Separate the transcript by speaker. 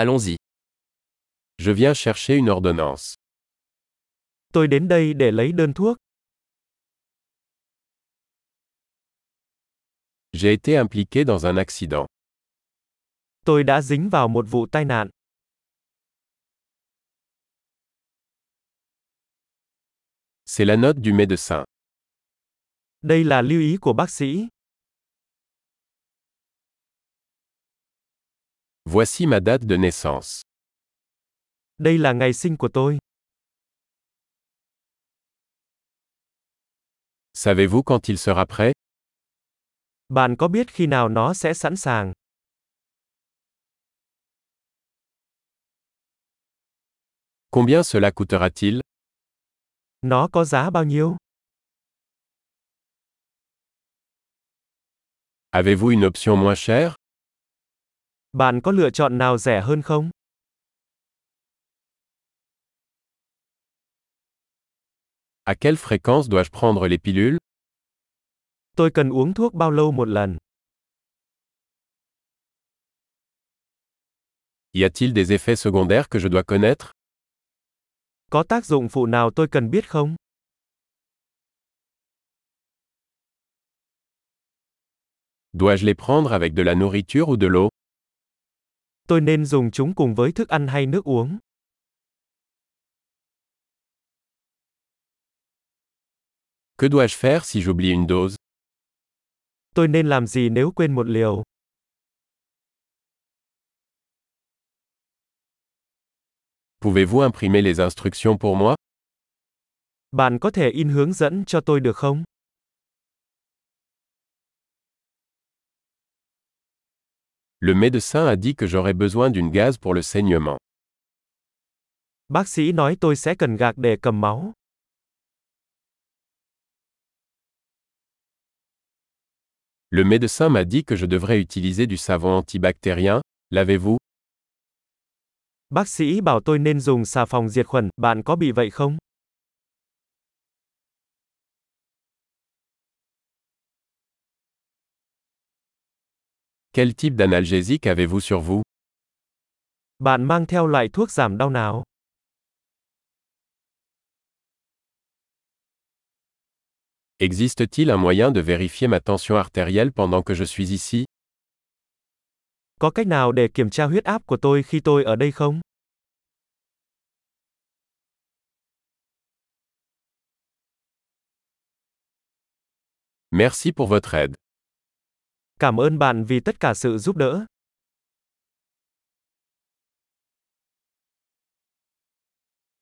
Speaker 1: Allons-y. Je viens chercher une ordonnance.
Speaker 2: Tôi đến đây để lấy đơn thuốc.
Speaker 1: J'ai été impliqué dans un accident.
Speaker 2: Tôi đã dính vào một vụ tai nạn.
Speaker 1: C'est la note du médecin.
Speaker 2: Đây là lưu ý của bác sĩ.
Speaker 1: Voici ma date de naissance.
Speaker 2: Đây là ngày sinh của tôi.
Speaker 1: Savez-vous quand il sera prêt
Speaker 2: Bạn có biết khi nào nó sẽ sẵn sàng?
Speaker 1: Combien cela coûtera-t-il
Speaker 2: Nó có giá bao nhiêu?
Speaker 1: Avez-vous une option moins chère
Speaker 2: Bạn có lựa chọn nào rẻ hơn không?
Speaker 1: À quelle fréquence dois-je prendre les pilules
Speaker 2: Tôi cần uống thuốc bao lâu một lần?
Speaker 1: Y a-t-il des effets secondaires que je dois connaître
Speaker 2: Có tác dụng phụ nào tôi cần biết không?
Speaker 1: Dois-je les prendre avec de la nourriture ou de l'eau
Speaker 2: Tôi nên dùng chúng cùng với thức ăn hay nước uống?
Speaker 1: Que dois-je faire si j'oublie une dose
Speaker 2: Tôi nên làm gì nếu quên một liều?
Speaker 1: Pouvez-vous imprimer les instructions pour moi
Speaker 2: Bạn có thể in hướng dẫn cho tôi được không?
Speaker 1: Le médecin a dit que j'aurais besoin d'une gaz pour le saignement.
Speaker 2: Bác sĩ nói tôi sẽ cần gạc để cầm máu.
Speaker 1: Le médecin m'a dit que je devrais utiliser du savon antibactérien. L'avez-vous
Speaker 2: Bác sĩ bảo tôi nên dùng xà phòng diệt khuẩn, bạn có bị vậy không?
Speaker 1: Quel type d'analgésique avez-vous sur vous
Speaker 2: Bạn mang theo loại thuốc giảm đau nào?
Speaker 1: Existe-t-il un moyen de vérifier ma tension artérielle pendant que je suis ici
Speaker 2: Có cách nào để kiểm tra huyết áp của tôi khi tôi ở đây không?
Speaker 1: Merci pour votre aide.
Speaker 2: Cảm ơn bạn vì tất cả sự giúp đỡ.